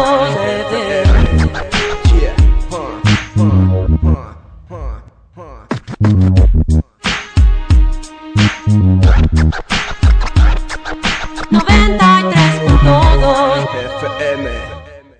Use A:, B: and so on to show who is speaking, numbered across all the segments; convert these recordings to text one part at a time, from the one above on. A: 93.2 FM.
B: Yeah. Huh, huh, huh, huh, huh. FM.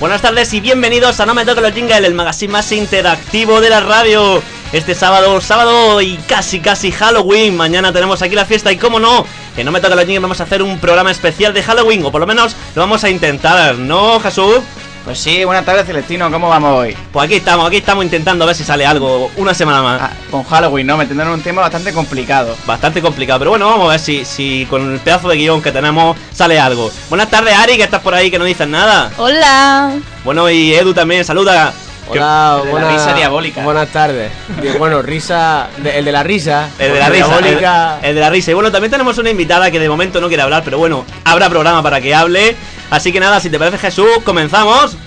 C: Buenas tardes y bienvenidos a No Me Toque los Jingle, el magazine más interactivo de la radio. Este sábado, sábado y casi casi Halloween. Mañana tenemos aquí la fiesta y como no, en No Me Toque los Jingles vamos a hacer un programa especial de Halloween, o por lo menos lo vamos a intentar, ¿no, Jesús?
D: Pues sí, buenas tardes Celestino, ¿cómo vamos hoy?
C: Pues aquí estamos, aquí estamos intentando ver si sale algo una semana más.
D: Ah, con Halloween, ¿no? Me tendrán un tema bastante complicado.
C: Bastante complicado, pero bueno, vamos a ver si, si con el pedazo de guión que tenemos sale algo. Buenas tardes, Ari, que estás por ahí que no dices nada.
E: Hola.
C: Bueno, y Edu también, saluda.
F: Hola,
D: El de la
F: buena-
D: risa diabólica.
F: Buenas tardes. Digo, bueno, risa. de- el de la risa.
C: El de la risa.
F: Diabólica.
C: El, el de la risa. Y bueno, también tenemos una invitada que de momento no quiere hablar, pero bueno, habrá programa para que hable. Así que nada, si te parece Jesús, comenzamos.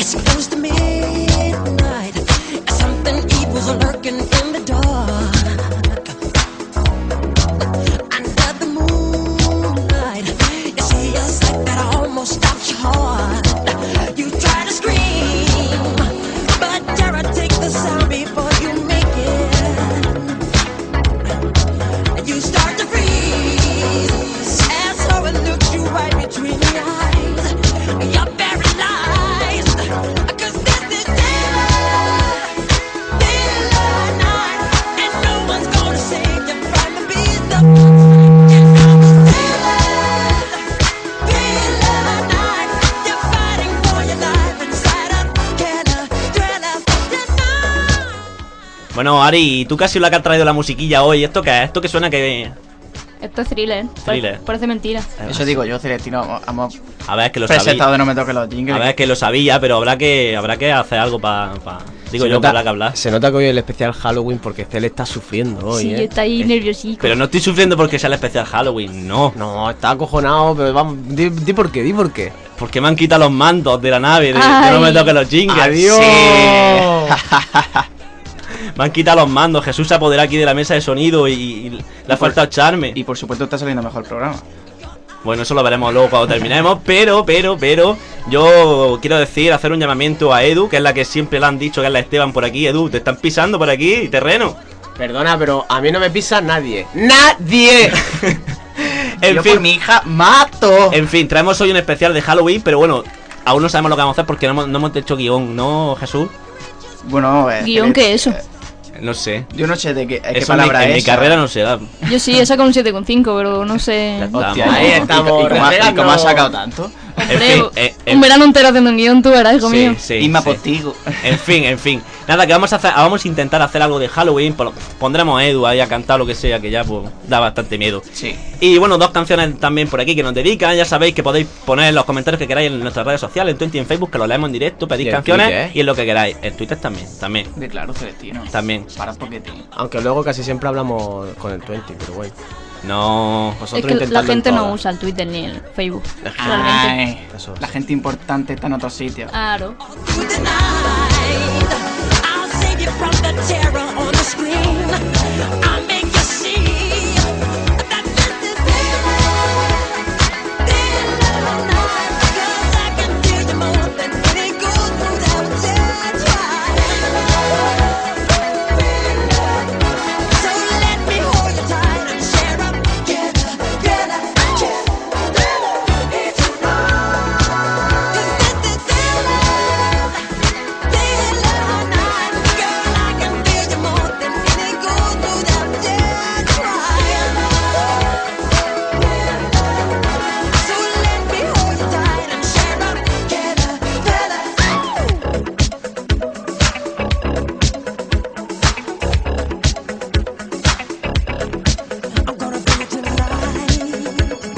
A: It's close to midnight. Something evil's lurking in the dark. Under the moonlight, you see a sight that almost stops your heart. You try to scream, but terror takes the sound before you make it. You start to freeze as horror looks you right between the eyes. You're paralyzed 'cause this is terror, terror night, and no one's gonna save you from the beast of you're fighting for your life inside a killer, thriller, tonight.
C: Bueno, Ari, ¿y tú casi la que has traído la musiquilla hoy. ¿Esto qué es? ¿Esto que suena que.?
E: Esto es thriller. eh.
C: Thriller.
E: Pare- Parece mentira.
D: Eso digo yo, Celestino, hemos
C: A ver, es que lo
G: Pues
D: presentado
C: sabía.
D: de no me toques los
C: A
D: jingles.
C: ver, es que lo sabía, pero habrá que habrá que hacer algo para. digo
F: Se
C: yo,
F: nota-
C: para que hablar.
F: Se nota que hoy es el especial Halloween porque Cel está sufriendo hoy.
E: sí,
F: ¿eh?
E: yo está ahí nerviosico.
C: Pero no estoy sufriendo porque sea el especial Halloween, no.
F: No, está acojonado, pero vamos. Di, di por qué, di por qué.
C: Porque me han quitado los mandos de la nave, de, de no
E: Ay.
C: me toques los jingles.
F: ¡Adiós!
G: Ah,
C: Oh.
F: Eh,
C: Me han quitado los mandos, Jesús se apodera aquí de la mesa de sonido y, y le ha faltado echarme.
D: Y por supuesto está saliendo mejor el programa.
C: Bueno, eso lo veremos luego cuando terminemos, pero, pero, pero, yo quiero decir, hacer un llamamiento a Edu, que es la que siempre le han dicho que es la Esteban por aquí. Edu, te están pisando por aquí, terreno.
F: Perdona, pero a mí no me pisa nadie. ¡Nadie!
C: En
D: yo
C: fin.
D: por mi hija mato.
C: En fin, traemos hoy un especial de Halloween, pero bueno, aún no sabemos lo que vamos a hacer porque no hemos, no hemos hecho guión, ¿no, Jesús?
D: Bueno, eh,
E: Guión, ¿qué es eso?
C: No sé.
D: Yo no sé de qué, eh, qué
C: Eso en mi-
D: palabra
C: en mi
D: es.
C: carrera no se da.
E: Yo sí, he sacado un 7,5, pero no sé.
C: Estamos.
D: Hostia,
F: Ahí
D: y- y-
F: estamos,
D: y, cómo ha- y cómo ha
F: revelando.
D: sacado tanto.
C: En
E: Hombre,
C: fin, eh, eh,
E: un verano entero haciendo un guión tú, verás, hijo mío.
C: sí, sí,
G: Inma
C: sí.
G: Postigo.
C: En fin, en fin. Nada, que vamos a hacer, vamos a intentar hacer algo de Halloween. pon- Pondremos a Edu ahí a cantar lo que sea, que ya pues, da bastante miedo.
G: Sí.
C: Y bueno, dos canciones también por aquí que nos dedican. Ya sabéis que podéis poner los comentarios que queráis en nuestras redes sociales, en Twenty, en Facebook, que los leemos en directo, pedís
F: Y en
C: canciones
F: Twitter. ¿eh?
C: y en lo que queráis. En Twitter también, también.
G: De claro, Celestino.
C: También.
G: Para un poquitín.
F: Aunque luego casi siempre hablamos con el 20, pero bueno.
C: No. pues,
F: Vosotros
E: Es que la
F: intentadlo en
E: gente no
F: todas. Ah.
E: usa el Twitter ni el Facebook. Realmente.
G: Ay,
F: Eso es.
G: la gente importante está en otros sitios.
E: Claro.
H: through the night. I'll save you from the terror on the screen. I'll make you see that this is daylight, daylight night. 'Cause I can feel you more than any good food I would touch. So let me hold you tight and share up together, together, together. It's Cause this is daylight.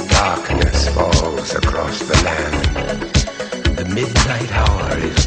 I: Darkness falls across the land. The midnight hour is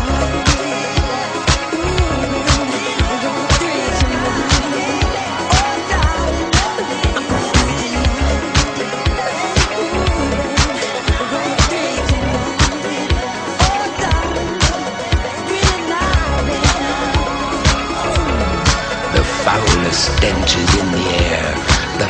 H: gonna do it tonight. I'm gonna do it tonight. I'm gonna do it tonight.
I: The foulest stenches in the air, the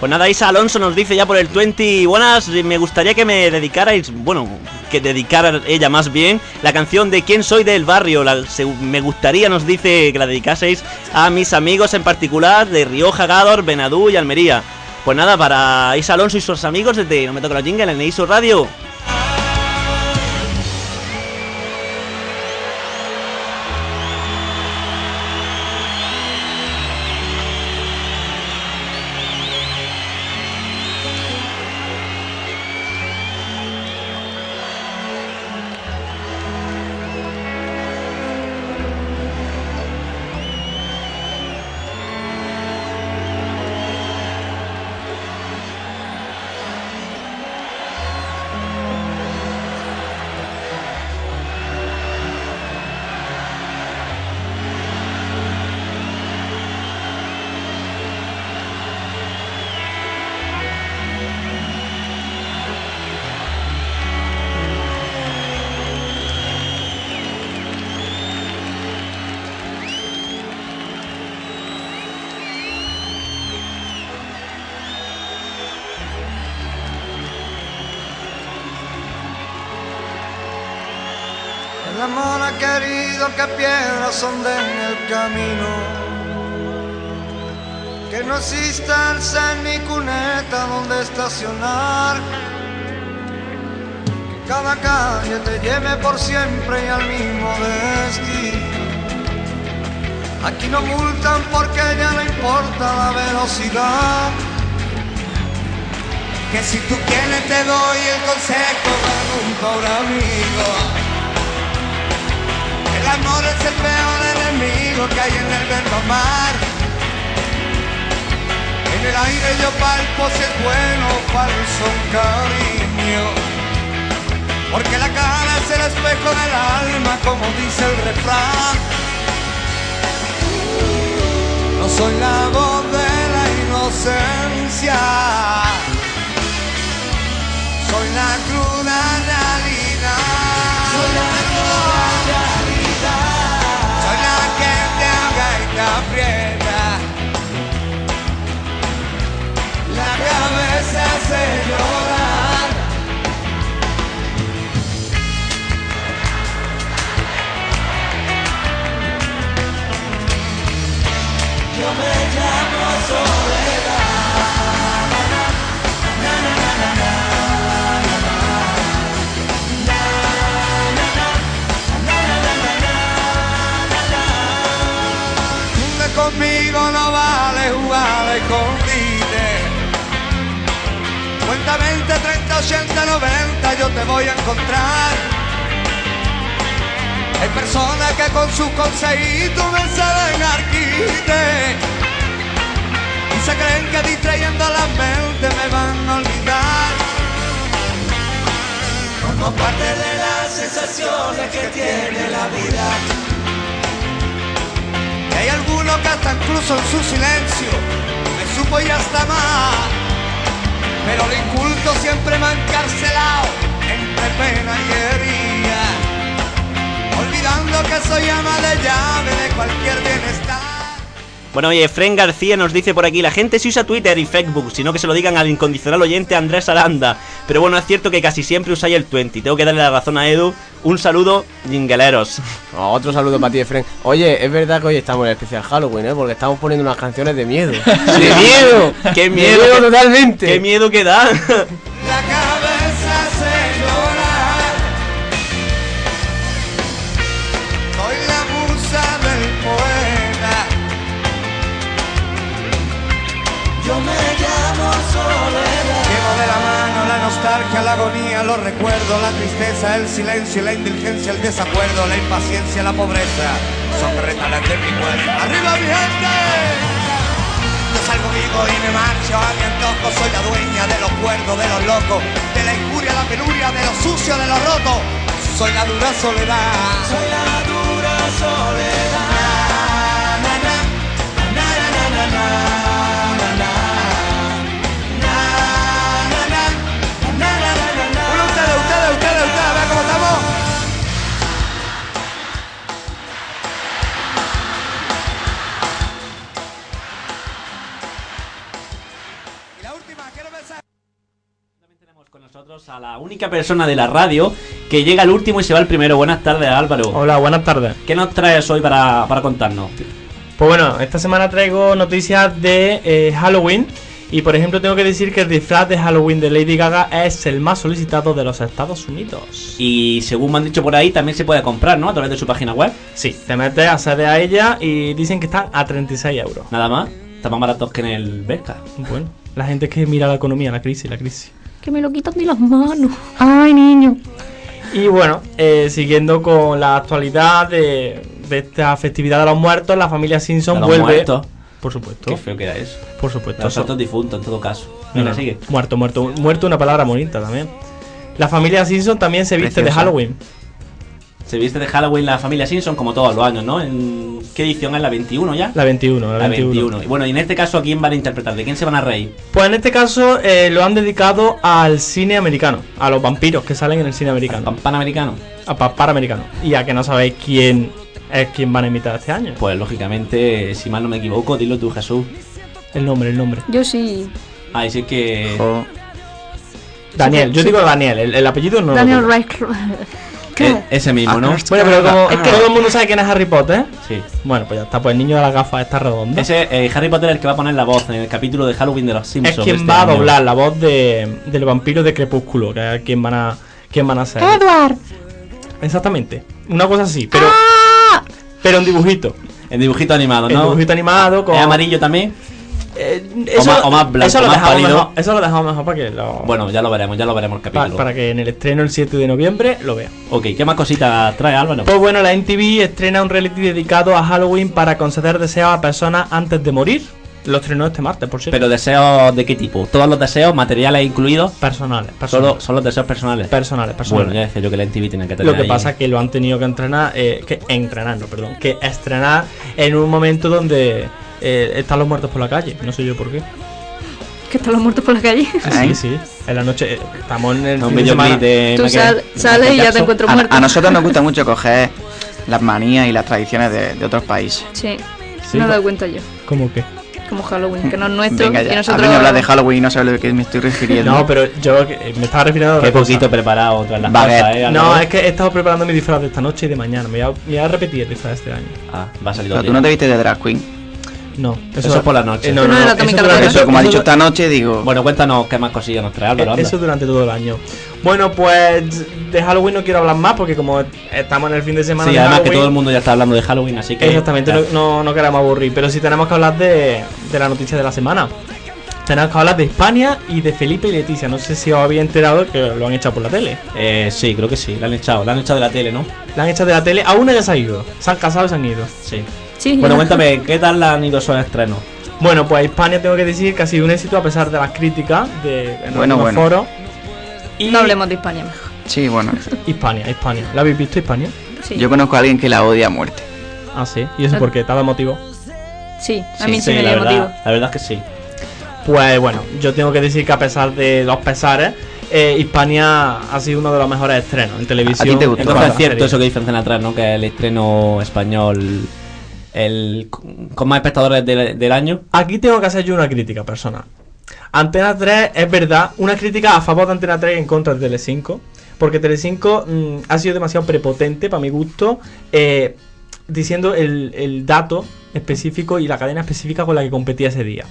C: Pues nada, Isa Alonso nos dice ya por el 20, buenas, me gustaría que me dedicarais, bueno, que dedicara ella más bien, la canción de ¿Quién soy del barrio? La- se- me gustaría, nos dice, que la dedicaseis a mis amigos en particular de Rioja, Gador, Benadú y Almería. Pues nada, para Isa Alonso y sus amigos desde No me toca la jingle en Iso Radio.
J: El amor ha querido que piedras honden el camino, que no exista el ser ni cuneta donde estacionar, que cada calle te lleve por siempre y al mismo destino. Aquí no multan porque ya no importa la velocidad. Que si tú quieres te doy el consejo de un pobre amigo. El amor es el peor enemigo que hay en el verbo amar. En el aire yo palpo si es bueno o falso un cariño. Porque la cara es el espejo del alma, como dice el refrán. No soy la voz de la inocencia, soy la cruda realidad. Soy la cruda realidad. Soy la que te ahoga y te aprieta. La cabeza se llorar. Junte conmigo no vale jugar al escondite. Cuenta 20, 30, 80, 90, yo te voy a encontrar. Hay personas que con sus consejitos me saben arquite. Y se creen que distrayendo la mente me van a olvidar. Como parte de las sensaciones que tiene la vida. Y hay algunos que hasta incluso en su silencio me supo y hasta más. Pero lo inculto siempre me ha encarcelado entre pena y herida. Olvidando que soy ama de llave de cualquier bienestar.
C: Bueno, oye, Fren García nos dice por aquí, la gente se usa Twitter y Facebook, sino que se lo digan al incondicional oyente Andrés Aranda. Pero bueno, es cierto que casi siempre usáis el 20. Tengo que darle la razón a Edu. Un saludo, jingleros.
F: Otro saludo para ti, Efren. Oye, es verdad que hoy estamos en el especial Halloween, ¿eh? Porque estamos poniendo unas canciones de miedo. ¡De miedo!
C: ¡Qué
F: ¡Qué
C: miedo!
F: miedo totalmente!
C: ¡Qué miedo que da!
J: La cabeza se llora. Soy la musa del poeta. Yo me llamo soledad. Llevo de la mano la nostalgia, la agonía, los recuerdos, la tristeza, el silencio, la indulgencia, el desacuerdo, la impaciencia, la pobreza. Son retales de mi cuerpo. ¡Arriba mi gente! Yo salgo vivo y me marcho a mi antojo Soy la dueña de los cuerdos, de los locos De la injuria, la penuria, de lo sucio, de lo roto Soy la dura soledad Soy la dura soledad Na, na, na, na, na, na, na, na, na. Na, na, na, na, na, na, na. Uno, ustedes, ustedes, ustedes, ustedes, ¿ven cómo estamos? Y la última, quiero pensar
C: Tenemos con nosotros a la única persona de la radio que llega al último y se va al primero. Buenas tardes, Álvaro.
D: Hola, buenas tardes.
C: ¿Qué nos traes hoy para, para contarnos?
D: Pues bueno, esta semana traigo noticias de eh, Halloween. Y por ejemplo, tengo que decir que el disfraz de Halloween de Lady Gaga es el más solicitado de los Estados Unidos.
C: Y según me han dicho por ahí, también se puede comprar, ¿no? A través de su página web.
D: Sí, te metes, accedes a ella y dicen que están a 36 euros.
C: Nada más. Está más barato que en el Berka.
D: Bueno, la gente es que mira la economía, la crisis, la crisis.
E: Que me lo quitan de las manos.
D: Ay, niño. Y bueno, eh, siguiendo con la actualidad de, de esta festividad de los muertos, la familia Simpson
C: De los
D: vuelve.
C: muertos.
D: Por supuesto.
C: Qué feo queda eso.
D: Por supuesto.
C: Los santos difuntos, en todo caso.
D: No,
C: Venga,
D: no.
C: sigue.
D: Muerto, muerto. Muerto una palabra bonita también. La familia Simpson también se viste de
F: Preciosa.
D: Halloween.
C: Se viste de Halloween la familia Simpson como todos los años, ¿no? ¿En ¿Qué edición es la 21 ya?
D: La 21, la 21.
C: Y bueno, y en este caso, ¿a quién van a interpretar? ¿De quién se van a reír?
D: Pues en este caso eh, lo han dedicado al cine americano, a los vampiros que salen en el cine americano,
C: ¿Pan, pan americano?
D: a papar americano. Y a que no sabéis quién es quien van a imitar este año.
C: Pues lógicamente, si mal no me equivoco, dilo tú, Jesús.
D: El nombre, el nombre.
E: Yo sí.
C: Ah, ese que.
G: Jo.
D: Daniel, yo digo Daniel, el, el apellido no. lo
E: Daniel
D: digo.
E: Radcliffe.
C: e- ese mismo, ¿no?
D: Bueno, pero como todo el mundo sabe quién es Harry Potter,
C: Sí.
D: bueno, pues ya está, pues el niño de las gafas está redondo.
C: Ese eh, Harry Potter es el que va a poner la voz en el capítulo de Halloween de los
D: es
C: Simpsons.
D: quien
C: este
D: va a
C: año.
D: doblar la voz de, del vampiro de Crepúsculo, que es quien van a, quien van a ser.
E: ¡Edward!
D: Exactamente. Una cosa así, pero. Pero en dibujito.
C: En dibujito animado,
D: En
C: ¿no?
D: dibujito animado con.
C: ¿Es amarillo también?
D: Eh, eso,
C: más- o más blanco,
D: eso lo
C: más
D: dejamos
C: pálido.
D: mejor, eso lo dejamos mejor para que lo.
C: Bueno, ya lo veremos, ya lo veremos el
D: pa-
C: capítulo.
D: para que en el estreno el 7 de noviembre lo vean.
C: Ok, ¿qué más cositas trae Álvaro?
D: Pues bueno, la MTV estrena un reality dedicado a Halloween para conceder deseos a personas antes de morir. Los estrenó este martes, por cierto.
C: Pero deseos de qué tipo? Todos los deseos, materiales incluidos,
D: personales,
C: solo
D: personales.
C: son los deseos personales.
D: personales, personales.
C: Bueno, ya decía yo que la MTV tiene que tener
D: Lo que
C: ahí-
D: pasa es que lo han tenido que entrenar, eh, que entrenar, no, perdón, que estrenar en un momento donde eh, están los muertos por la calle. No sé yo por qué.
E: Que están los muertos por la calle.
D: Sí, sí. En la noche eh, estamos en el
C: No, un
D: fin de
C: videoclip
D: semana.
C: de
E: Tú
C: Michael-
E: sal- sales y ya te
C: Jackson.
E: encuentro muerto.
G: A, a nosotros nos gusta mucho coger las manías y las tradiciones de, de otros países.
E: Sí,
D: Sí,
E: no lo
D: co-
E: doy cuenta yo.
D: ¿Cómo que?
E: Como Halloween, que no es nuestro.
G: Venga
E: que
G: ya,
E: nosotros...
G: a mí me hablas de Halloween y no sabes a lo que me estoy refiriendo.
D: No, pero yo eh, me estaba refiriendo a otra
C: Qué
D: cosa.
C: poquito preparado todas las
G: Baguette.
C: cosas, eh.
D: No,
C: Álvaro.
D: es que he estado preparando mi disfraz de esta noche y de mañana. Me voy a, me voy a repetir el disfraz de este año.
C: Ah, va a salir
G: Pero
C: otro
G: tú no te viste de drag queen.
D: No,
C: Eso es por la noche.
D: eh,
E: Tú no eres la
D: eso
E: Atomic
D: durante-
E: Pero
G: Eso, como ha
D: eso
G: dicho
D: du-
G: esta noche, digo...
C: Bueno, cuéntanos qué más cosillas nos trae Álvaro,
D: eh,
C: anda.
D: Eso durante todo el año. Bueno, pues de Halloween no quiero hablar más porque como estamos en el fin de semana.
C: Sí,
D: de
C: además que
D: Halloween-
C: todo el mundo ya está hablando de Halloween, así que...
D: Exactamente, no, no, no queremos aburrir, pero sí tenemos que hablar de, de la noticia de la semana. Tenemos que hablar de España y de Felipe y Leticia. No sé si os habéis enterado que lo han echado por la tele.
C: Eh, sí, creo que sí, la han echado, la han echado de la tele, ¿no?
D: La han echado de la tele, a una ya se ha ido. Se han casado y se han ido.
C: Sí.
E: Sí,
C: Bueno,
E: ya.
C: cuéntame, ¿qué tal han ido esos estrenos?
D: Bueno, pues España tengo que decir que ha sido un éxito a pesar de las críticas de en
G: Bueno,
D: algunos
G: bueno.
D: foros. Y
E: No hablemos de España mejor.
G: Sí, bueno.
D: Hispania, Hispania. ¿La habéis visto Hispania?
E: Sí,
G: Yo conozco a alguien que la odia a muerte.
D: Ah, sí. ¿Y eso por qué? ¿Te ha dado motivo?
E: sí a mí sí, me
C: la
E: dio
C: verdad,
E: motivo.
C: la verdad es que sí.
D: Pues bueno, yo tengo que decir que a pesar de los pesares, eh, Hispania ha sido uno de los mejores estrenos en televisión.
G: ¿A ti te gustó?
D: en
C: Entonces
D: todas
C: es
D: las
C: cierto
D: series.
C: eso que dicen en atrás, ¿no? Que el estreno español, el con más espectadores del, del año.
D: Aquí tengo que hacer yo una crítica personal. Antena 3 es verdad, una crítica a favor de Antena 3 y en contra de Telecinco, porque Telecinco mm, ha sido demasiado prepotente para mi gusto, eh, diciendo el, el dato específico y la cadena específica con la que competía ese día.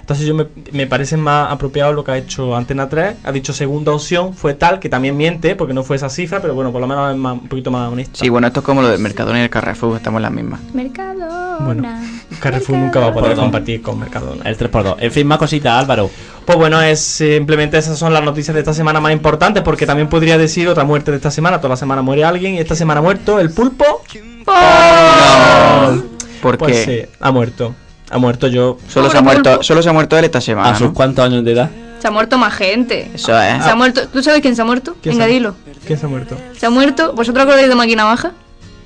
D: Entonces yo me, me parece más apropiado lo que ha hecho Antena 3. Ha dicho segunda opción fue tal, que también miente, porque no fue esa cifra, pero bueno, por lo menos es más- un poquito más honesta.
G: Sí, bueno, esto es como lo del Mercadona y el Carrefour, estamos en las mismas.
E: Mercadona.
D: Bueno, Carrefour nunca va a poder
C: Perdón.
D: competir con Mercadona.
C: El 3x2. En fin, más cositas, Álvaro.
D: Pues bueno, es simplemente esas son las noticias de esta semana más importantes, porque también podría decir otra muerte de esta semana. Toda la semana muere alguien y esta semana ha muerto el pulpo.
G: Porque
D: Pues sí, ha muerto. Ha muerto yo.
G: solo, se
E: Pobre
G: ha muerto,
E: pulpo.
G: solo se ha muerto él esta
C: ¿A
G: semana,
C: sus
G: ¿no?
C: cuántos años de edad?
E: Se ha muerto más gente.
G: Eso es.
E: Se ha muerto. ¿Tú sabes quién se ha muerto?
D: ¿Quién se
E: Venga,
D: ha-
E: dilo.
D: ¿Quién se ha muerto?
E: Se ha muerto. ¿Vosotros acordáis de Máquina Baja?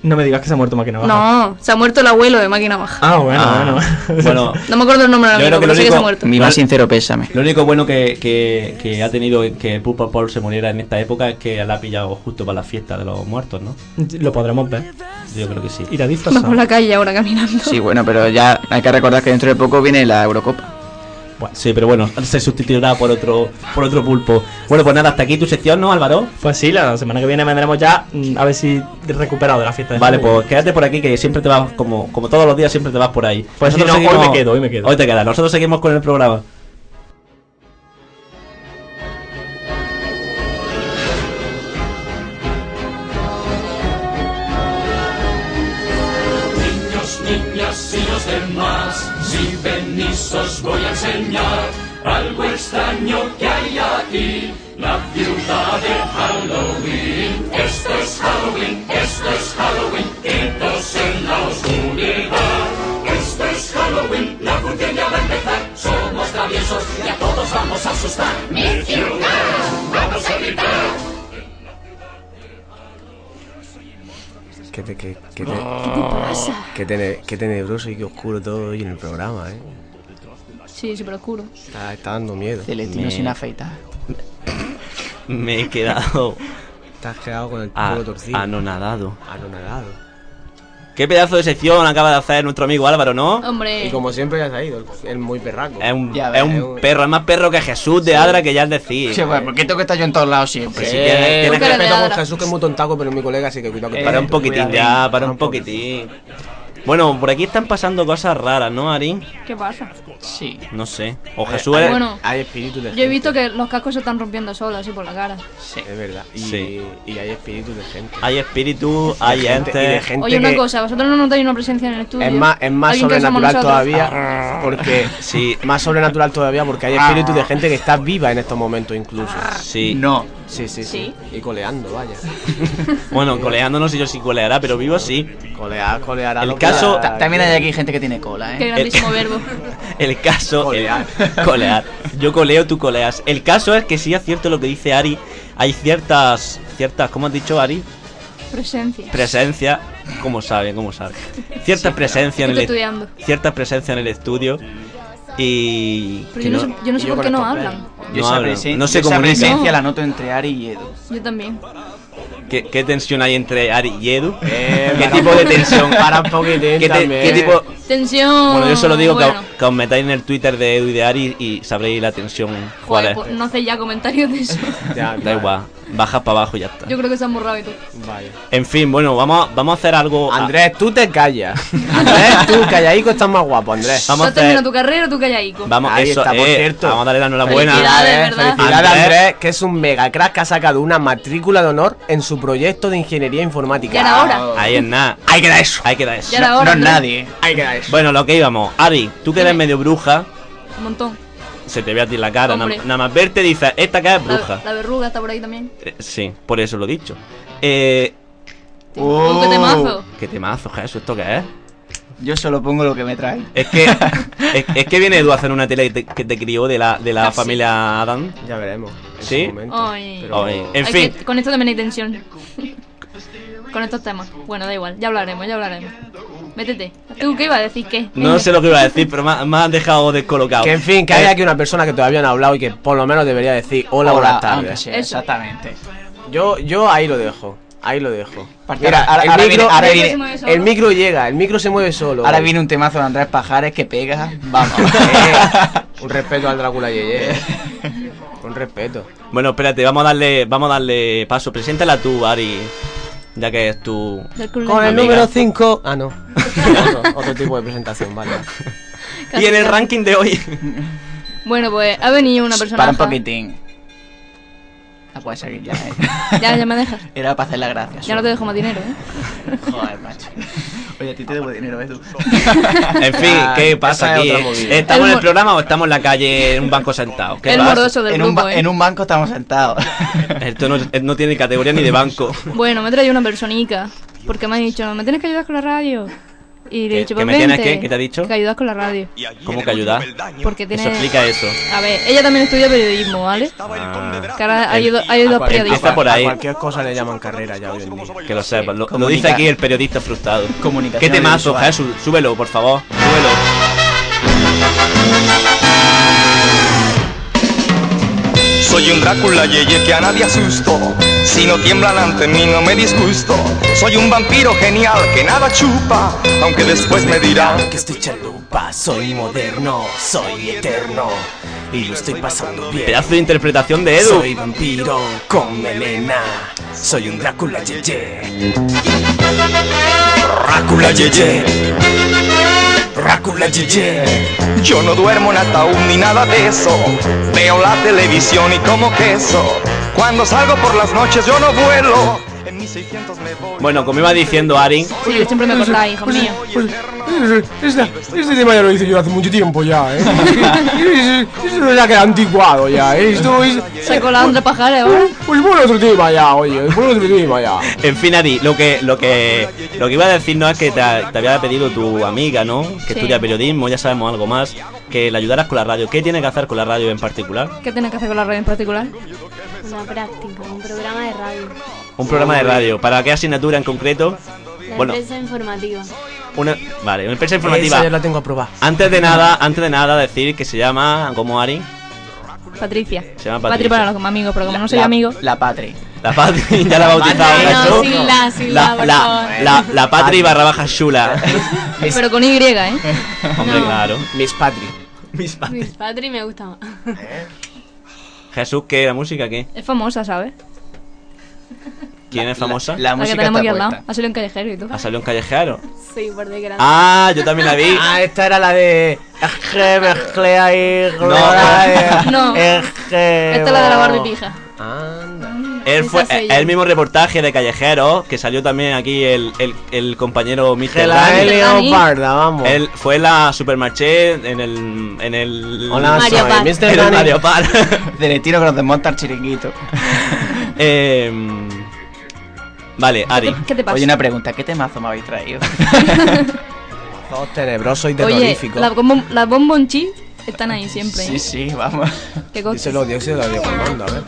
D: No me digas que se ha muerto Máquina Baja.
E: No, se ha muerto el abuelo de Máquina Baja.
D: Ah, bueno,
C: Ah,
D: bueno.
C: bueno,
E: No me acuerdo el nombre
C: Yo
E: ahora
C: creo que
E: mismo, pero
C: lo
E: sé que se ha
C: único-
E: muerto.
G: Mi más sincero pésame.
C: Lo único bueno que, que- que ha tenido que el Pulpo Paul se muriera en esta época es que la ha pillado justo para la fiesta de los muertos, ¿no?
D: Lo podremos ver.
C: Yo creo que sí.
D: Irá
E: Va
D: disfrazado.
E: por la calle ahora caminando.
G: Sí, bueno, pero ya hay que recordar que dentro de poco viene la Eurocopa.
C: Bueno, sí, pero bueno, se sustituirá por otro, por otro pulpo. Bueno, pues nada, hasta aquí tu sección, ¿no, Álvaro?
D: Pues sí, la semana que viene vendremos ya mm, a ver si recuperado de la fiesta. de
C: Vale,
D: Halloween.
C: pues quédate por aquí que siempre te vas, como, como todos los días, siempre te vas por ahí.
D: Pues sí,
C: Nosotros
D: no, hoy me quedo, hoy me quedo.
C: Hoy te quedas, nosotros seguimos con el programa.
F: Qué, te- qué- qué te-
C: Oh.
F: qué tene- qué tenebroso y qué oscuro todo hoy en el programa, ¿eh?
E: Sí, súper oscuro.
F: Está, está dando miedo.
G: Celestino sin afeitar.
C: Me he quedado
F: Te has quedado con el
C: a-
F: culo torcido.
C: Ah, anonadado.
F: Anonadado.
C: Qué pedazo de sección acaba de hacer nuestro amigo Álvaro, ¿no?
E: Hombre.
F: Y como siempre ya se ha ido, el- el muy perraco.
C: Es un,
G: Ya
C: es
G: ves,
C: un
F: es un-
C: perro, es más perro que Jesús de Adra que ya es decir.
G: Sí, bueno, ¿por qué tengo que estar yo en todos lados siempre?
C: Que si tienes- tienes
E: Nunca
C: que-
E: le
F: Respeto
E: nada.
F: con Jesús, que es muy tontaco, pero es mi colega, así que cuidado que
C: Para un poquitín ya, para un poquitín. Bueno, por aquí están pasando cosas raras, ¿no, Ari?
E: ¿Qué pasa?
G: Sí.
C: No sé.
F: Eh,
C: O Jesús ¿eh? es-
E: Bueno,
F: Hay espíritus de
E: yo he visto
F: gente.
E: que los cascos se están rompiendo solos así por la cara.
F: Es verdad. Y,
C: Sí.
F: y hay espíritus de gente.
C: Hay espíritu, hay
F: gente- y de
C: entes.
F: gente
E: Oye, una
F: que
E: cosa, vosotros no notáis una presencia en el estudio.
F: Es más, es más
E: Alguien que somos
F: sobrenatural
E: nosotros. Ah.
F: todavía. Porque.
C: Sí, Ah.
E: Ah.
F: Más sobrenatural todavía porque hay espíritus de gente que está viva en estos momentos incluso.
C: sí.
G: No,
F: Sí, sí, sí. Y coleando, vaya.
C: Bueno, coleando no sé yo si coleará, pero vivo sí.
F: Colear, colear.
C: El caso-
G: Ta- También hay aquí gente que tiene cola,
E: Ah, Qué
G: ¿eh?
E: grandísimo verbo.
C: El caso.
F: Colear.
C: el- colear. Yo coleo, tú coleas. El caso es que sí es cierto lo que dice Ari. Hay ciertas. ciertas, ¿cómo has dicho Ari?
E: Presencia.
C: Presencia. ¿Cómo sabe? ¿Cómo sabe? Cierta presencia en el
E: Estoy estudiando.
C: Cierta presencia en el estudio. Y.
E: Pero
C: que
E: yo no,
C: no-
E: sé, yo no sé
F: y yo
E: por qué
F: con
E: no
F: estos
E: hablan.
C: No
G: Yo esa,
C: hablan,
G: presen-
C: no se
G: yo esa
C: comunican.
G: presencia la noto entre Ari y Edu.
E: Yo también.
C: ¿Qué, qué tensión hay entre Ari y Edu?
F: Eh,
C: ¿Qué
F: para
C: tipo
F: un-
C: de tensión?
F: para un poquitín
C: ¿Qué, te-
F: también.
C: qué tipo?
E: Tensión.
C: Bueno, yo solo digo que-
E: bueno.
C: que, os metáis en el Twitter de Edu y de Ari y sabréis la tensión. ¿Cuál
E: Joder,
C: es?
E: pues no hace ya comentarios de eso.
F: Ya,
C: Da igual, bajas para abajo y ya está.
E: Yo creo que se han borrado y todo.
F: Vaya.
C: En fin, bueno, vamos a, vamos a hacer algo. a-
F: Andrés, tú te callas. Andrés, tú calladico estás más guapo, Andrés.
C: vamos a
E: ¿Tú terminado
C: hacer.
E: tu carrera o tu callaico?
C: Vamos,
F: Ahí
C: eso,
F: está, por
C: eh,
F: cierto.
C: Vamos a darle la enhorabuena.
E: Felicidades, ¿verdad?
F: Felicidades,
C: Andrés.
F: Andrés, que es un mega crack que ha sacado una matrícula de honor en su proyecto de ingeniería informática.
E: Ya era hora.
C: Ahí es nada.
F: Hay que dar eso.
C: Hay que dar eso.
E: Ya era hora.
G: No es
E: Andrés.
G: nadie.
F: Hay que dar eso.
C: Bueno, lo que íbamos. Ari, tú que eres
E: Dime.
C: medio bruja,
E: Un montón.
C: se te ve a ti la cara. na-
E: Hombre.
C: Nada, más verte dices, esta cara es
E: La-
C: bruja.
E: La, verruga está por ahí también.
C: Eh, sí, por eso lo he dicho. Eh.
E: Oh, qué temazo.
C: Qué temazo, Jesús, ¿esto qué es?
G: Yo solo pongo lo que me trae.
C: Es que, es, es que viene Edu a hacer una tele que te, que te crió de la,
F: Ah,
C: de la
E: Casi.
C: familia Adam.
F: Ya veremos. en
C: ¿Sí?
F: su momento.
E: Ay.
F: Pero-
C: Ay, En
E: Hay
C: fin,
E: que- con esto también hay tensión. con estos temas. Bueno, da igual, ya hablaremos, ya hablaremos. Métete. ¿Tú qué ibas a decir? ¿Qué?
C: no sé lo que iba a decir, pero me, ha- me has dejado descolocado.
F: Que en fin, que
C: Eh,
F: hay aquí una persona que todavía no ha hablado y que por lo menos debería decir hola, buenas
G: aunque
F: tardes.
G: sea,
E: Eso.
G: exactamente.
F: Yo, yo ahí lo dejo. Ahí lo dejo.
G: Aparte,
F: Mira,
G: ahora-
F: el,
G: ahora
F: micro,
G: viene- ahora
E: viene- El micro se mueve solo.
F: el micro llega, el micro se mueve solo.
G: Ahora viene un temazo de Andrés Pajares que pega. Vamos. eh.
F: un respeto al Drácula Yeye. un respeto.
C: Bueno, espérate, vamos a darle, vamos a darle paso. Preséntala tú, Ari, ya que es tu...
E: Del club
F: Con
E: de-
F: el
C: Amiga.
F: número 5. Ah, no. otro, otro tipo de presentación, vale.
E: Casi,
C: Y en el
E: casi.
C: ranking de hoy...
E: Bueno, pues ha venido una persona.
G: Para un poquitín. La puedes seguir ya, ¿eh?
E: Ya, ya me dejas.
G: Era para hacer la gracia.
E: Ya no te dejo más dinero, ¿eh?
G: Joder, macho. Oye, a ti te debo dinero, ¿ves tú?
C: En fin,
F: Ah,
C: ¿qué
F: esa
C: pasa
F: es
C: aquí?
F: otra movida.
C: ¿Estamos
E: El
C: en el
E: mor-
C: programa o estamos en la calle en un banco sentado? ¿Qué
E: El
C: pasa?
E: moroso del
G: en, un
E: grupo,
G: ba-
E: ¿eh?
G: en un banco estamos sentados.
C: Esto no, no tiene categoría ni de banco.
E: Bueno, me traído una personica. Porque me ha dicho, ¿me tienes que ayudar con la radio? Y le
C: ¿Que-
E: he dicho,
C: que
E: pues
C: me tienes
E: vente,
C: que- que te ha dicho?
E: Que ayudas con la radio.
C: ¿Cómo que ayudar?
E: Porque tiene...
C: Eso explica eso.
E: A ver, ella también estudia periodismo, ¿vale?
C: Ah, pues
E: Que ahora hay, do- hay dos periodistas.
C: Empieza por
F: a
C: ahí.
F: cualquier cosa le llaman carrera ya hoy en día.
C: que lo sepas. Lo, lo dice
G: Comunicar.
C: aquí el periodista frustrado.
G: Comunicación
C: ¿Qué temazo,
G: audiovisual.
C: Jesús? Súbelo, por favor. Súbelo.
J: Soy un Drácula yeye que a nadie asusto. Si no tiemblan ante mí no me disgusto. Soy un vampiro genial que nada chupa, aunque después me dirán
K: Que estoy chalupa, soy moderno, soy eterno y lo estoy pasando bien.
C: Pedazo de interpretación de Edu.
K: Soy vampiro con melena, soy un Drácula yeye. Drácula yeye. Drácula yeye.
J: Yo no duermo en ataúd ni nada de eso. Veo la televisión y como queso. Cuando salgo por las noches yo no vuelo. En mis 600 me voy.
C: Bueno, como iba diciendo Ari,
E: Sí, que siempre me
F: Pues,
E: cortáis, hijo mío.
F: Este tema ya lo hice yo hace mucho tiempo ya, ¿eh? Eso ya queda anticuado ya, ¿eh? Esto es...
E: Se cola André Pajares ahora.
F: Pues pon otro tema ya, oye, pon otro tema ya.
C: en fin, Ari, lo que, lo que, lo que iba a decirnos es que te, te había pedido tu amiga, ¿no? Que
E: Sí.
C: estudia periodismo, ya sabemos algo más, que la ayudaras con la radio. ¿Qué tiene que hacer con la radio en particular?
E: ¿Qué tienes que hacer con la radio en particular?
L: Una práctica, un programa de radio.
C: Un programa de radio. ¿Para qué asignatura en concreto?
L: La
C: Bueno.
L: empresa informativa.
C: Una, vale, una empresa
F: Esa ya
C: informativa.
F: la tengo aprobada.
C: Antes de nada, antes de nada decir que se llama, como Ari,
E: Patricia.
C: Se llama
E: Patri
C: Patricia.
E: para los amigos, pero como no soy
G: La-
E: amigo.
G: La patria.
C: la Patri, ya la ha bautizado
L: Ay, Ah, no,
C: Jesús.
L: sin la, sin la,
C: La,
L: por
C: la,
L: favor.
C: la, la Patri barra baja Shula.
E: Pero con Y, ¿eh?
C: Hombre,
L: No.
C: claro.
F: Miss Patri.
C: Mis pa-
L: Mis Patri me gusta más.
C: Jesús, ¿qué? ¿La música qué?
E: Es famosa, ¿sabes?
C: ¿Quién es famosa?
G: La, la
E: La que
G: música
E: tenemos aquí
G: está
E: al lado.
G: puesta.
E: Ha salido en callejero y todo.
C: ¿Ha salido un callejero?
L: Sí, por desgracia.
C: Ah, yo también la vi.
F: Ah, esta era la de... Eje, mezcle ahí, glora,
E: No.
F: eh, eje,
E: Esta es la de la
F: bo.
C: oh.
E: Barbie pija.
F: Anda.
C: Él fue
L: esa soy
C: eh,
L: yo.
C: el mismo reportaje de Callejeros que salió también aquí el, el, el compañero Mr.
F: Que la he
C: Dani.
E: L.
F: liado
E: Dani.
F: parda, vamos.
C: Él fue la supermarché en el. En el
F: Hola,
C: Ah,
L: Mario
F: soy
L: Paz.
F: Mr.
C: en el
F: Dani.
C: Mario Par.
G: Del estilo que nos desmonta el chiringuito.
C: Em, vale, Ari.
E: ¿Qué te pasa?
M: Oye, una pregunta, ¿qué temazo me habéis traído?
F: Todos tenebrosos y
E: Oye,
F: terroríficos.
E: las bombon, las bombon chi están ahí siempre.
M: Sí,
E: ¿eh?
M: sí, vamos.
E: Qué cosa.
F: Díselo, díselo, díselo, Fernando, a ver.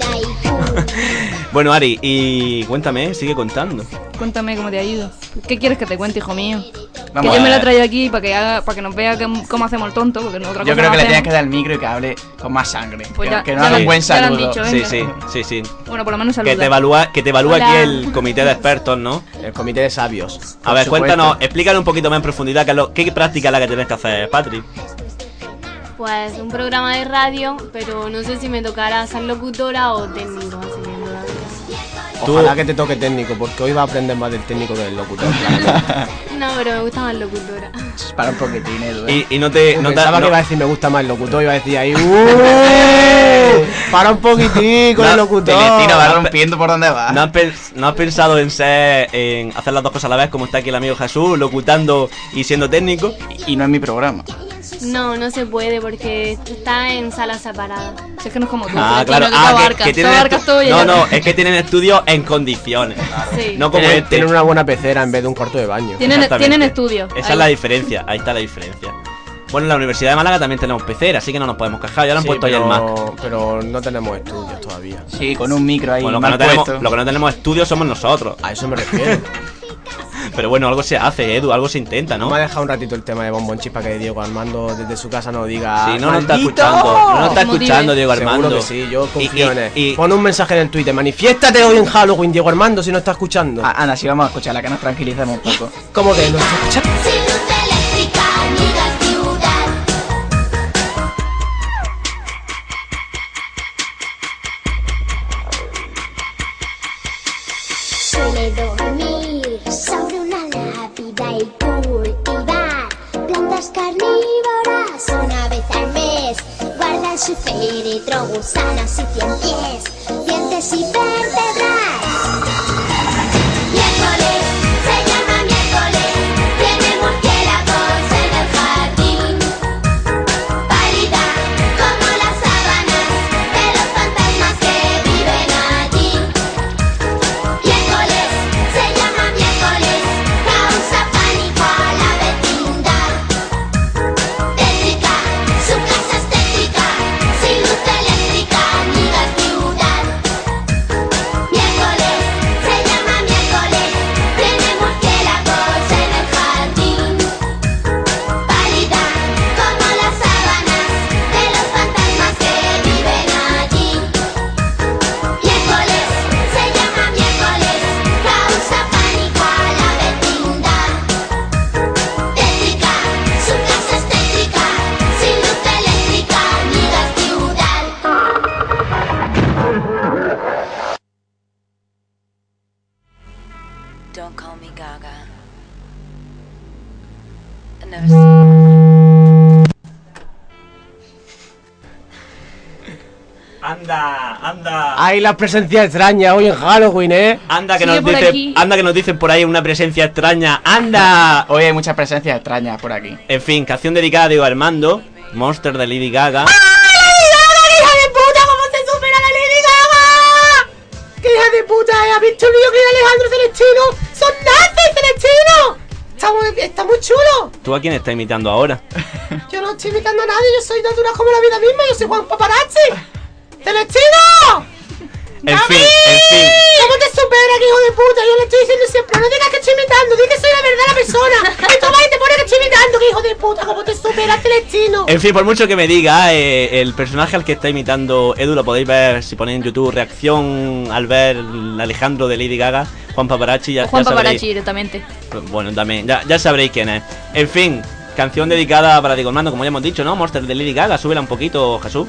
C: Bueno, Ari, y cuéntame, sigue contando.
E: Cuéntame cómo te ha ido. ¿Qué quieres que te cuente, hijo mío?
M: Vamos
E: que yo
M: a
E: me lo he
M: ver.
E: traído aquí para que haga, para que nos vea que- cómo hacemos el tonto, porque no- otra
M: Yo
E: cosa
M: creo
E: no
M: que le tienes
E: hacemos.
M: que dar el micro y que hable con más sangre.
E: Pues
M: que,
E: ya-
M: que no
E: ya
M: haga
E: lo-
M: un buen
E: ya lo han
M: saludo.
E: dicho, ¿eh?
C: Sí,
E: venga.
C: sí, sí, sí.
E: Bueno, por lo menos saluda.
C: Que te evalúa, que te evalúa
E: Hola.
C: aquí el comité de expertos, ¿no?
F: El comité de sabios.
C: A ver,
F: Por supuesto.
C: cuéntanos, explícanos un poquito más en profundidad qué, es lo- qué práctica es la que tienes que hacer, Patrick.
L: Pues un programa de radio, pero no sé si me tocará ser locutora o técnico. así que no lo sé.
F: Ojalá que te toque técnico, porque hoy va a aprender más del técnico que del locutor. claramente.
L: No, pero me gusta más locutora.
M: Para un poquitín, Edu.
C: Y, y no te. No te
F: Pensaba
C: no-
F: que iba a decir me gusta más el locutor, iba a decir ahí. "Uh, Para un poquitico
C: No,
F: el locutor.
M: Celestino va
C: No,
M: rompiendo por donde va.
C: ¿No has, pens- no has pensado en ser, en hacer las dos cosas a la vez, como está aquí el amigo Jesús, locutando y siendo técnico?
M: Y no es mi programa.
L: No, no se puede porque está en salas separadas.
E: Si es que no es como tú.
C: Ah, claro,
E: Celestino, que tú
C: ah, que,
E: abarcas,
C: que
E: tú
C: tienen
E: abarcas
C: estu-
E: todo y
C: No,
E: ella-
C: no, es que tienen estudios en condiciones.
L: Sí.
C: No como
F: Tiene,
C: este.
F: tiene una buena pecera en vez de un cuarto de baño.
E: Tienen,
C: Exactamente.
E: tienen estudios.
C: Esa
E: ahí.
C: es la diferencia, ahí está la diferencia. Bueno, en la Universidad de Málaga también tenemos pecera, así que no nos podemos quejar. Ya lo han
F: Sí,
C: puesto ahí el Mac.
F: pero, pero no tenemos estudios todavía.
M: Sí, con un micro ahí.
C: Bueno, pues lo,
M: mal
C: que no tenemos,
M: puesto.
C: lo que no tenemos estudios somos nosotros.
F: A eso me refiero.
C: Pero bueno, algo se hace, Edu, algo se intenta,
F: ¿No?
C: ¿no?
F: me ha dejado un ratito el tema de Bombonchis para que Diego Armando desde su casa no diga.
C: Sí, no nos está
F: "Maldito".
C: escuchando, no nos está
E: Como dime.
C: escuchando Diego Armando.
F: Seguro que sí, yo confío
C: Y- y-
F: en él.
C: y-
F: Pon un mensaje en el Twitter, manifiéstate hoy en Halloween, Diego Armando, si no está escuchando.
M: Ah, anda, sí, vamos a escucharla, que nos tranquilicemos un poco.
F: ¿Cómo que no está escuchando?
A: Sin luz eléctrica ni la ciudad. Suele dormir sobre una lápida y cultivar plantas carnívoras una vez al mes. Guarda en su féretro gusanos y cien pies, dientes y vértebras. Miércoles, se llama miércoles, tiene murciélagos en el jardín. Pálida como las sábanas de los fantasmas que viven allí. Miércoles, se llama miércoles, causa pánico a la vecindad. Tétrica, su casa es tétrica, sin luz eléctrica ni la ciudad. Miércoles, se llama miércoles, tiene murciélagos en el jardín. Pálida como las sábanas de los fantasmas que viven allí. Miércoles, se llama miércoles, causa pánico a la vecindad. Tétrica, su casa es tétrica, sin luz eléctrica ni la ciudad.
B: Don't call me Gaga. I never seen
C: Anda, anda.
F: Hay la presencia extraña hoy en Halloween, ¿eh?
C: Anda que
E: Sigue
C: nos
E: por
C: dice,
E: aquí.
C: anda que nos dicen por ahí una presencia extraña. Anda.
M: Ah, Hoy hay muchas presencias extrañas por aquí.
C: En fin, canción dedicada a Diego Armando, Monster de Lady Gaga.
A: ¡Qué hija de puta! eh! ¿Has visto el vídeo que hay de Alejandro Celestino? ¡Son nazis, Celestino! Está muy, está muy chulo.
C: ¿Tú a quién estás imitando ahora?
A: Yo no estoy imitando a nadie, yo soy tan dura como la vida misma, yo soy Juan Paparazzi. ¡Celestino!
C: En fin, en fin.
A: ¿Cómo te superas, hijo de puta? Yo le estoy diciendo siempre, no digas que estoy imitando, di que soy la verdad la persona. Y tú vas y te pones que estoy imitando, que hijo de puta, ¿cómo te superas, Celestino?
C: En fin, por mucho que me diga, eh, el personaje al que está imitando Edu lo podéis ver si ponéis en YouTube reacción al ver el Alejandro de Lady Gaga, Juan Paparazzi, ya,
E: O Juan
C: ya sabréis.
E: Paparazzi directamente.
C: Bueno, también, ya, ya sabréis quién es. En fin, canción dedicada para Diego Armando, como ya hemos dicho, ¿no? Monster de Lady Gaga, súbela un poquito, Jesús.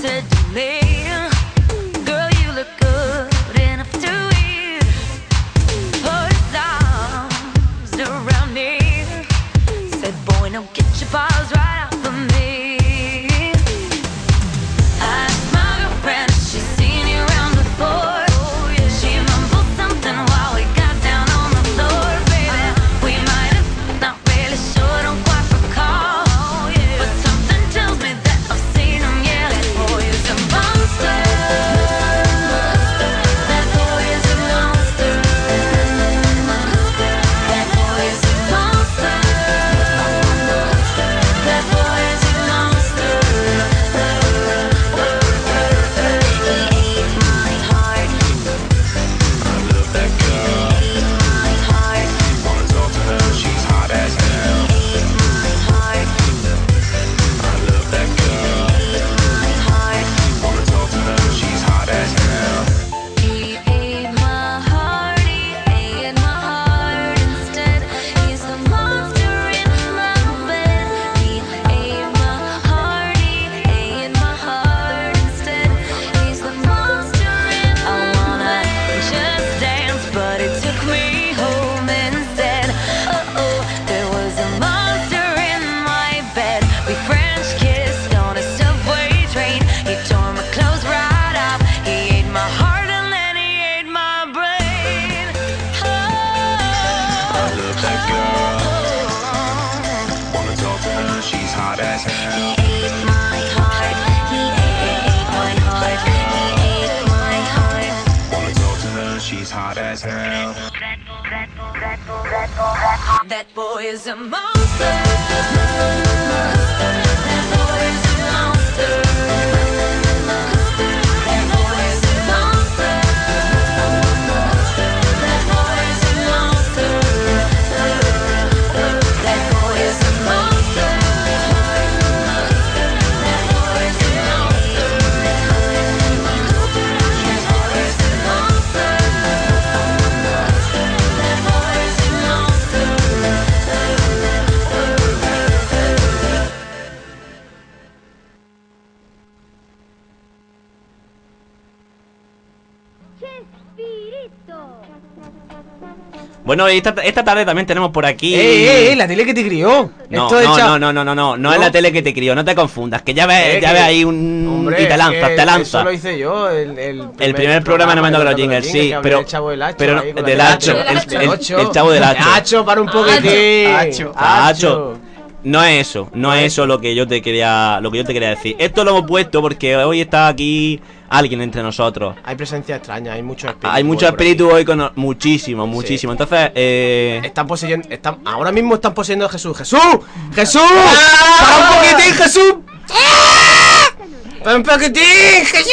B: Said to me, girl, you look good enough to eat.
D: Oh,
I: cause she's hot as hell.
H: That boy is a monster. That boy is a monster. That boy is a monster. That boy is a monster. That boy is a monster. That boy is a monster. That boy is a monster. That boy is a monster.
C: Bueno, esta, esta tarde también tenemos por aquí.
F: ¡Eh, eh, eh! La tele que te crió.
C: No,
F: Esto es
C: no,
F: cha-
C: no, no, no, no, no, no es la tele que te crió, no te confundas, que ya ves,
F: Eh,
C: ya
F: que-
C: ves ahí un...
F: Hombre,
C: y te lanzas,
F: que
C: te lanzas.
F: Eso lo hice yo, el, el
C: El primer programa no me han dado los jingles, sí, pero...
F: El chavo del hacho.
C: pero no-
F: ahí con la
C: del
F: tele.
C: hacho, el, el- el chavo del hacho.
F: Hacho, para un poquitín.
C: Hacho. No es eso, no es eso lo que yo te quería, lo que yo te quería decir. Esto lo hemos puesto porque hoy está aquí alguien entre nosotros.
F: Hay presencia extraña, hay mucho espíritu.
C: Hay mucho
F: por ahí.
C: espíritu hoy con no- muchísimo, muchísimo. Entonces, eh,
F: Están poseyendo, están, ahora mismo están poseyendo a Jesús. ¡Jesús! ¡Jesús!
C: ¡Ah!
F: ¡Para un poquitín, Jesús! ¡Ah! ¡Para un poquitín, Jesús!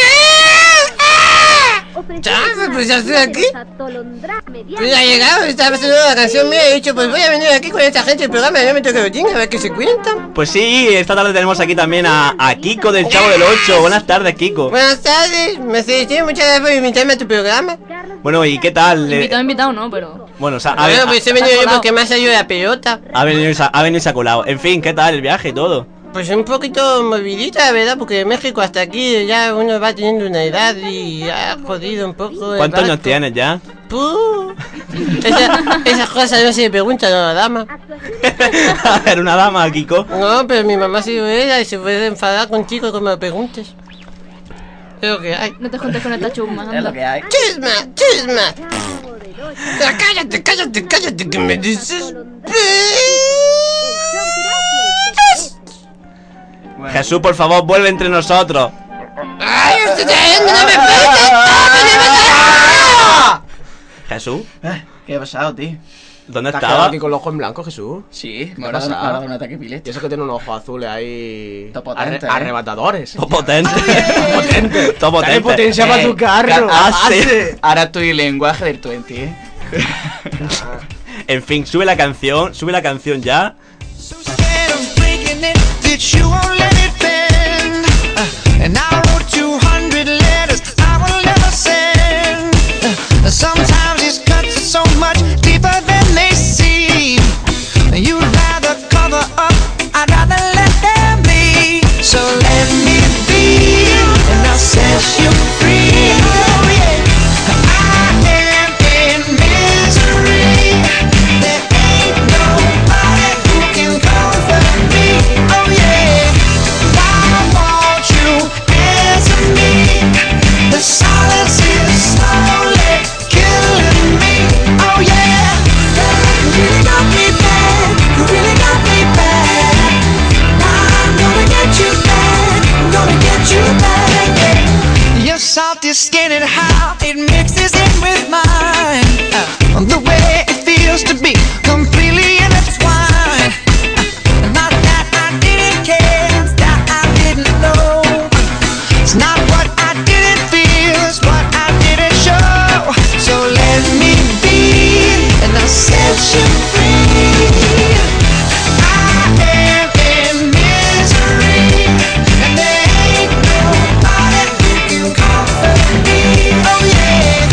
H: Chaval,
F: pues ya estoy aquí.
H: Pues ya he llegado, estaba haciendo la canción mía y he dicho, pues voy a venir aquí con esta gente del programa, ya me toca los jeans, a ver qué se cuentan.
C: pues sí, esta tarde tenemos aquí también a, a Kiko del Chavo del 8. Buenas tardes, Kiko.
H: Buenas tardes, me felicito, muchas gracias por invitarme a tu programa.
C: Bueno, ¿y qué tal? Eh,
E: Invitado, invitado, no, pero.
C: Bueno, o sea, ha,
H: Bueno,
C: ven-
H: pues he venido yo porque me ha salido la pelota.
C: ha venido y se ha- ha venido y se ha colado. En fin, ¿qué tal el viaje y todo?
H: Pues un poquito movidita, la verdad, porque de México hasta aquí ya uno va teniendo una edad y ha jodido un poco. el
C: ¿Cuántos años
H: barco.
C: tienes ya?
H: Puh. Esa- esas cosas no se le preguntan a la dama.
C: Era una dama, Kiko.
H: No, pero mi mamá sí lo era y se puede enfadar contigo como lo preguntes. Es lo que hay.
E: No te juntes con esta chusma, anda.
H: ¡Chisma! ¡Chisma! Ya, ¡Cállate, cállate, cállate! ¿Qué me dices?
C: Jesús, por favor, vuelve entre nosotros.
H: ¡Ay,
C: este
H: estoy trayendo, no me faltes!
C: Jesús,
M: Eh,
G: ¿Qué ha pasado, tío?
C: ¿dónde
F: ¿Te has quedado
C: estaba?
F: aquí con los ojos en blanco, Jesús?
G: Sí,
F: ¿Qué
G: me
F: ha
G: ha dado-
F: pasado?
G: me ha dado un ataque pilete.
F: Y eso que tiene unos ojos azules ahí.
G: potente,
F: arre-
G: ¿eh?
F: Arrebatadores.
C: Todo potente. Todo potente.
F: Dale potencia para tu carro.
C: ah,
G: Hace. Ahora estoy en lenguaje del 20, ¿eh?
C: En fin, sube la canción, sube la canción ya.
A: And I wrote 200 letters I will never send. Uh, Sometimes these cuts are so much deeper than they seem. You'd rather cover up, I'd rather let them be. So let me be, and I'll set you free. Oh, yeah. I am in misery. There ain't nobody who can comfort me. Oh, yeah. Why won't you answer me? The silence is slowly killing me. Oh yeah, that really got me bad. You really got me bad. I'm gonna get you back. I'm gonna get you back. yeah. Your softest skin and how it mixes in with mine. Uh, the way it feels to be completely intertwined. Ah, Not that I didn't care, it's that I didn't know. It's not what I didn't feel, it's what I didn't show. So let me be, and I'll set you free. I am in misery, and there ain't nobody who can comfort me. Oh yeah.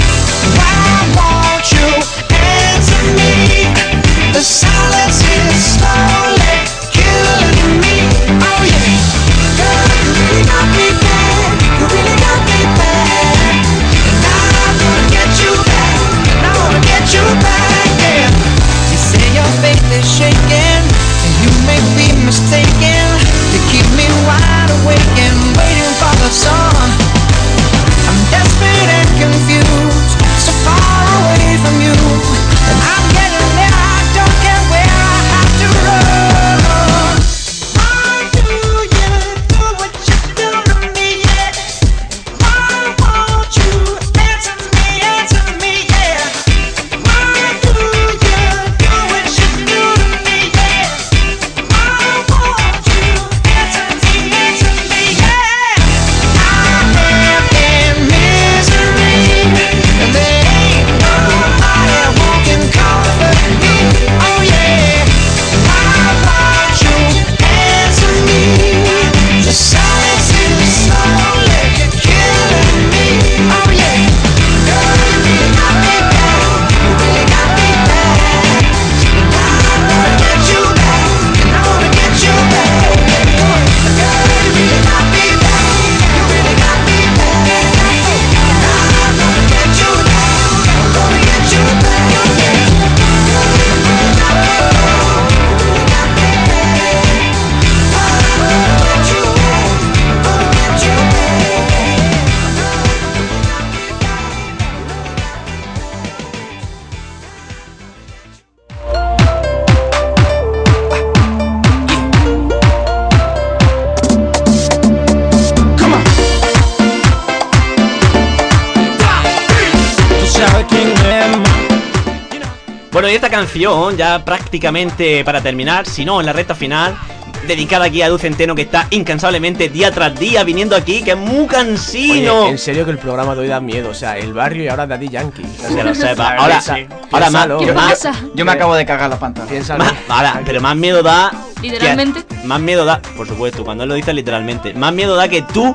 C: Bueno, y esta canción, ya prácticamente para terminar, si no en la recta final, dedicada aquí a Edu Centeno, que está incansablemente día tras día viniendo aquí, que es muy cansino.
F: en serio que el programa de hoy da miedo. O sea, el barrio y ahora Daddy Yankee.
C: Se lo sepa. Ahora, ahora más,
F: malo.
C: más-
A: Yo me acabo de cagar las pantalones.
F: Piénsalo.
C: Ahora, pero más miedo da.
E: Literalmente.
C: que- más miedo da, por supuesto, cuando él lo dice literalmente. Más miedo da que tú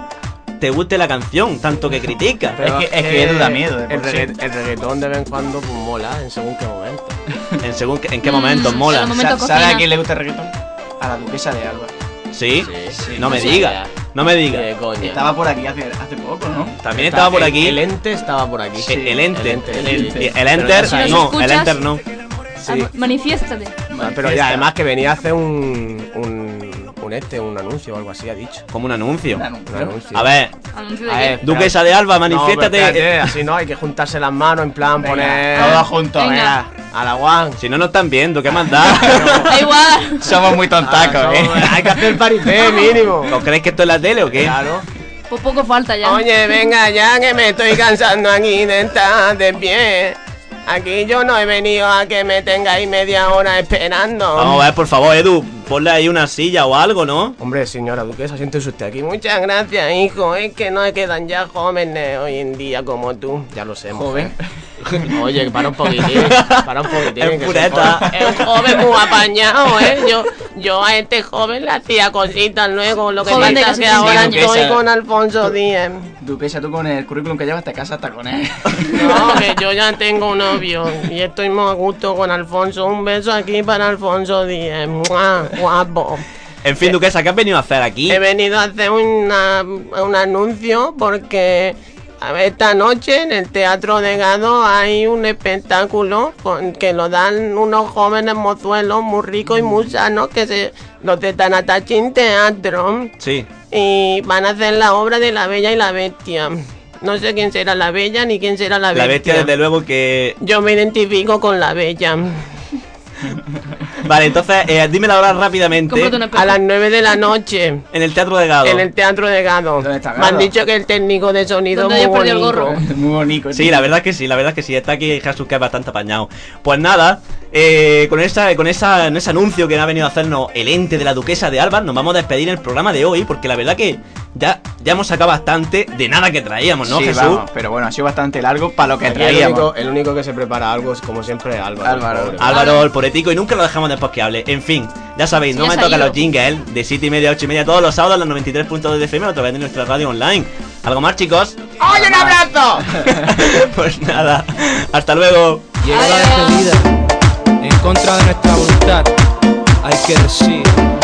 C: te guste la canción, tanto que critica.
F: Pero
C: Edu
F: El, regga- el reggaetón de vez en cuando pues, mola, en según qué momento.
C: En según qué- Mm, en qué momentos mola.
F: ¿Sabes a quién le gusta el reggaetón?
A: A la duquesa de Alba.
C: ¿Sí? No Eh, me
F: sí.
C: diga. No me diga.
A: Estaba por aquí hace, hace poco, ¿no?
C: También estaba por
F: el-
C: aquí.
F: El ente estaba por aquí.
C: Sí, el ente.
F: El enter.
C: El- el enter.
E: Si nos
C: no, el
E: escuchas,
C: enter no.
E: ah, manifiéstate.
F: Ah, Pero ya, además que venía a hacer un, un, un este, un anuncio o algo así, ha dicho.
C: Como un anuncio.
F: Un anuncio.
C: A ver.
E: Anuncio
C: de qué. Duquesa de Alba, manifiéstate.
F: No, pero espérate, así no, hay que juntarse las manos, en plan, poner.
A: todos juntos,
F: venga. A la guan.
C: Si no nos están viendo, ¿qué más da?
E: Da igual.
C: Somos muy tontacos, ¿eh? Hay que hacer parité mínimo. ¿No creéis que esto es la tele o qué? Claro.
E: Pues poco falta ya.
F: Oye, venga ya que me estoy cansando aquí de estar de pie. Aquí yo no he venido a que me tengáis media hora esperando.
C: Vamos a ver, por favor, Edu, ponle ahí una silla o algo, ¿no?
F: Hombre, señora duquesa, siéntese usted aquí. Muchas gracias, hijo. Es que no quedan ya jóvenes hoy en día como tú. Ya lo sé, mujer. Oye, para un poquitín. Para un poquitín.
C: Es
F: que soy
C: pureta.
F: joven.
N: Es un joven muy apañado, ¿eh? Yo, yo a este joven le hacía cositas luego. Lo que
A: Joven de
N: pasa es
A: casi
N: que ahora
A: 15 años.
N: estoy con Alfonso Díez.
A: Duquesa, tú con el currículum que llevas te casas hasta con él.
N: No, que yo ya tengo un novio y estoy muy a gusto con Alfonso. Un beso aquí para Alfonso Díez. ¡Mua! Guapo.
C: En fin, Duquesa, ¿qué has venido a hacer aquí?
F: eh,
N: He venido a hacer una- un anuncio porque a ver, esta noche en el Teatro de Gado hay un espectáculo con- que lo dan unos jóvenes mozuelos muy ricos y muy sanos que se los de Tanatachin Teatro
C: Sí.
N: y van a hacer la obra de La Bella y la Bestia. No sé quién será la Bella ni quién será la
C: La
N: Bestia.
C: bestia, desde luego que.
N: Yo me identifico con la Bella.
C: Vale, entonces, eh, dime la hora rápidamente.
N: A las 9 de la noche.
C: En el Teatro de Gado.
N: En el Teatro de Gado. Me han
C: Gado?
N: dicho que el técnico de sonido
C: Donde
N: es
C: haya
N: muy
C: perdido el
N: bonito.
C: gorro.
A: Muy bonito.
C: Sí, la verdad es que sí, la verdad es que sí. Está aquí Jesús que es bastante apañado. Pues nada, eh, con, esa, con esa, en ese anuncio que ha venido a hacernos el ente de la duquesa de Alba, nos vamos a despedir el programa de hoy, porque la verdad que ya, ya hemos sacado bastante de nada que traíamos, ¿no,
A: Sí,
C: Jesús?
A: vamos, pero bueno, ha sido bastante largo para lo que
C: Aquí el
A: traíamos.
C: único-
F: El único que se prepara algo es como siempre Álvaro.
A: Álvaro.
F: pobre.
C: Álvaro, el poético, y nunca lo dejamos después que hable. En fin, ya sabéis,
F: Sí,
C: no
F: ya
C: me
F: se ha
C: tocan
F: ido.
C: los jingles ¿eh? de 7 y media a 8 y media todos los sábados a las 93.2 de FM a través de nuestra radio online. ¿Algo más, chicos?
F: ¡Oye, un abrazo!
C: Pues nada, hasta luego.
O: Llega la despedida en contra de nuestra voluntad. Hay que decir.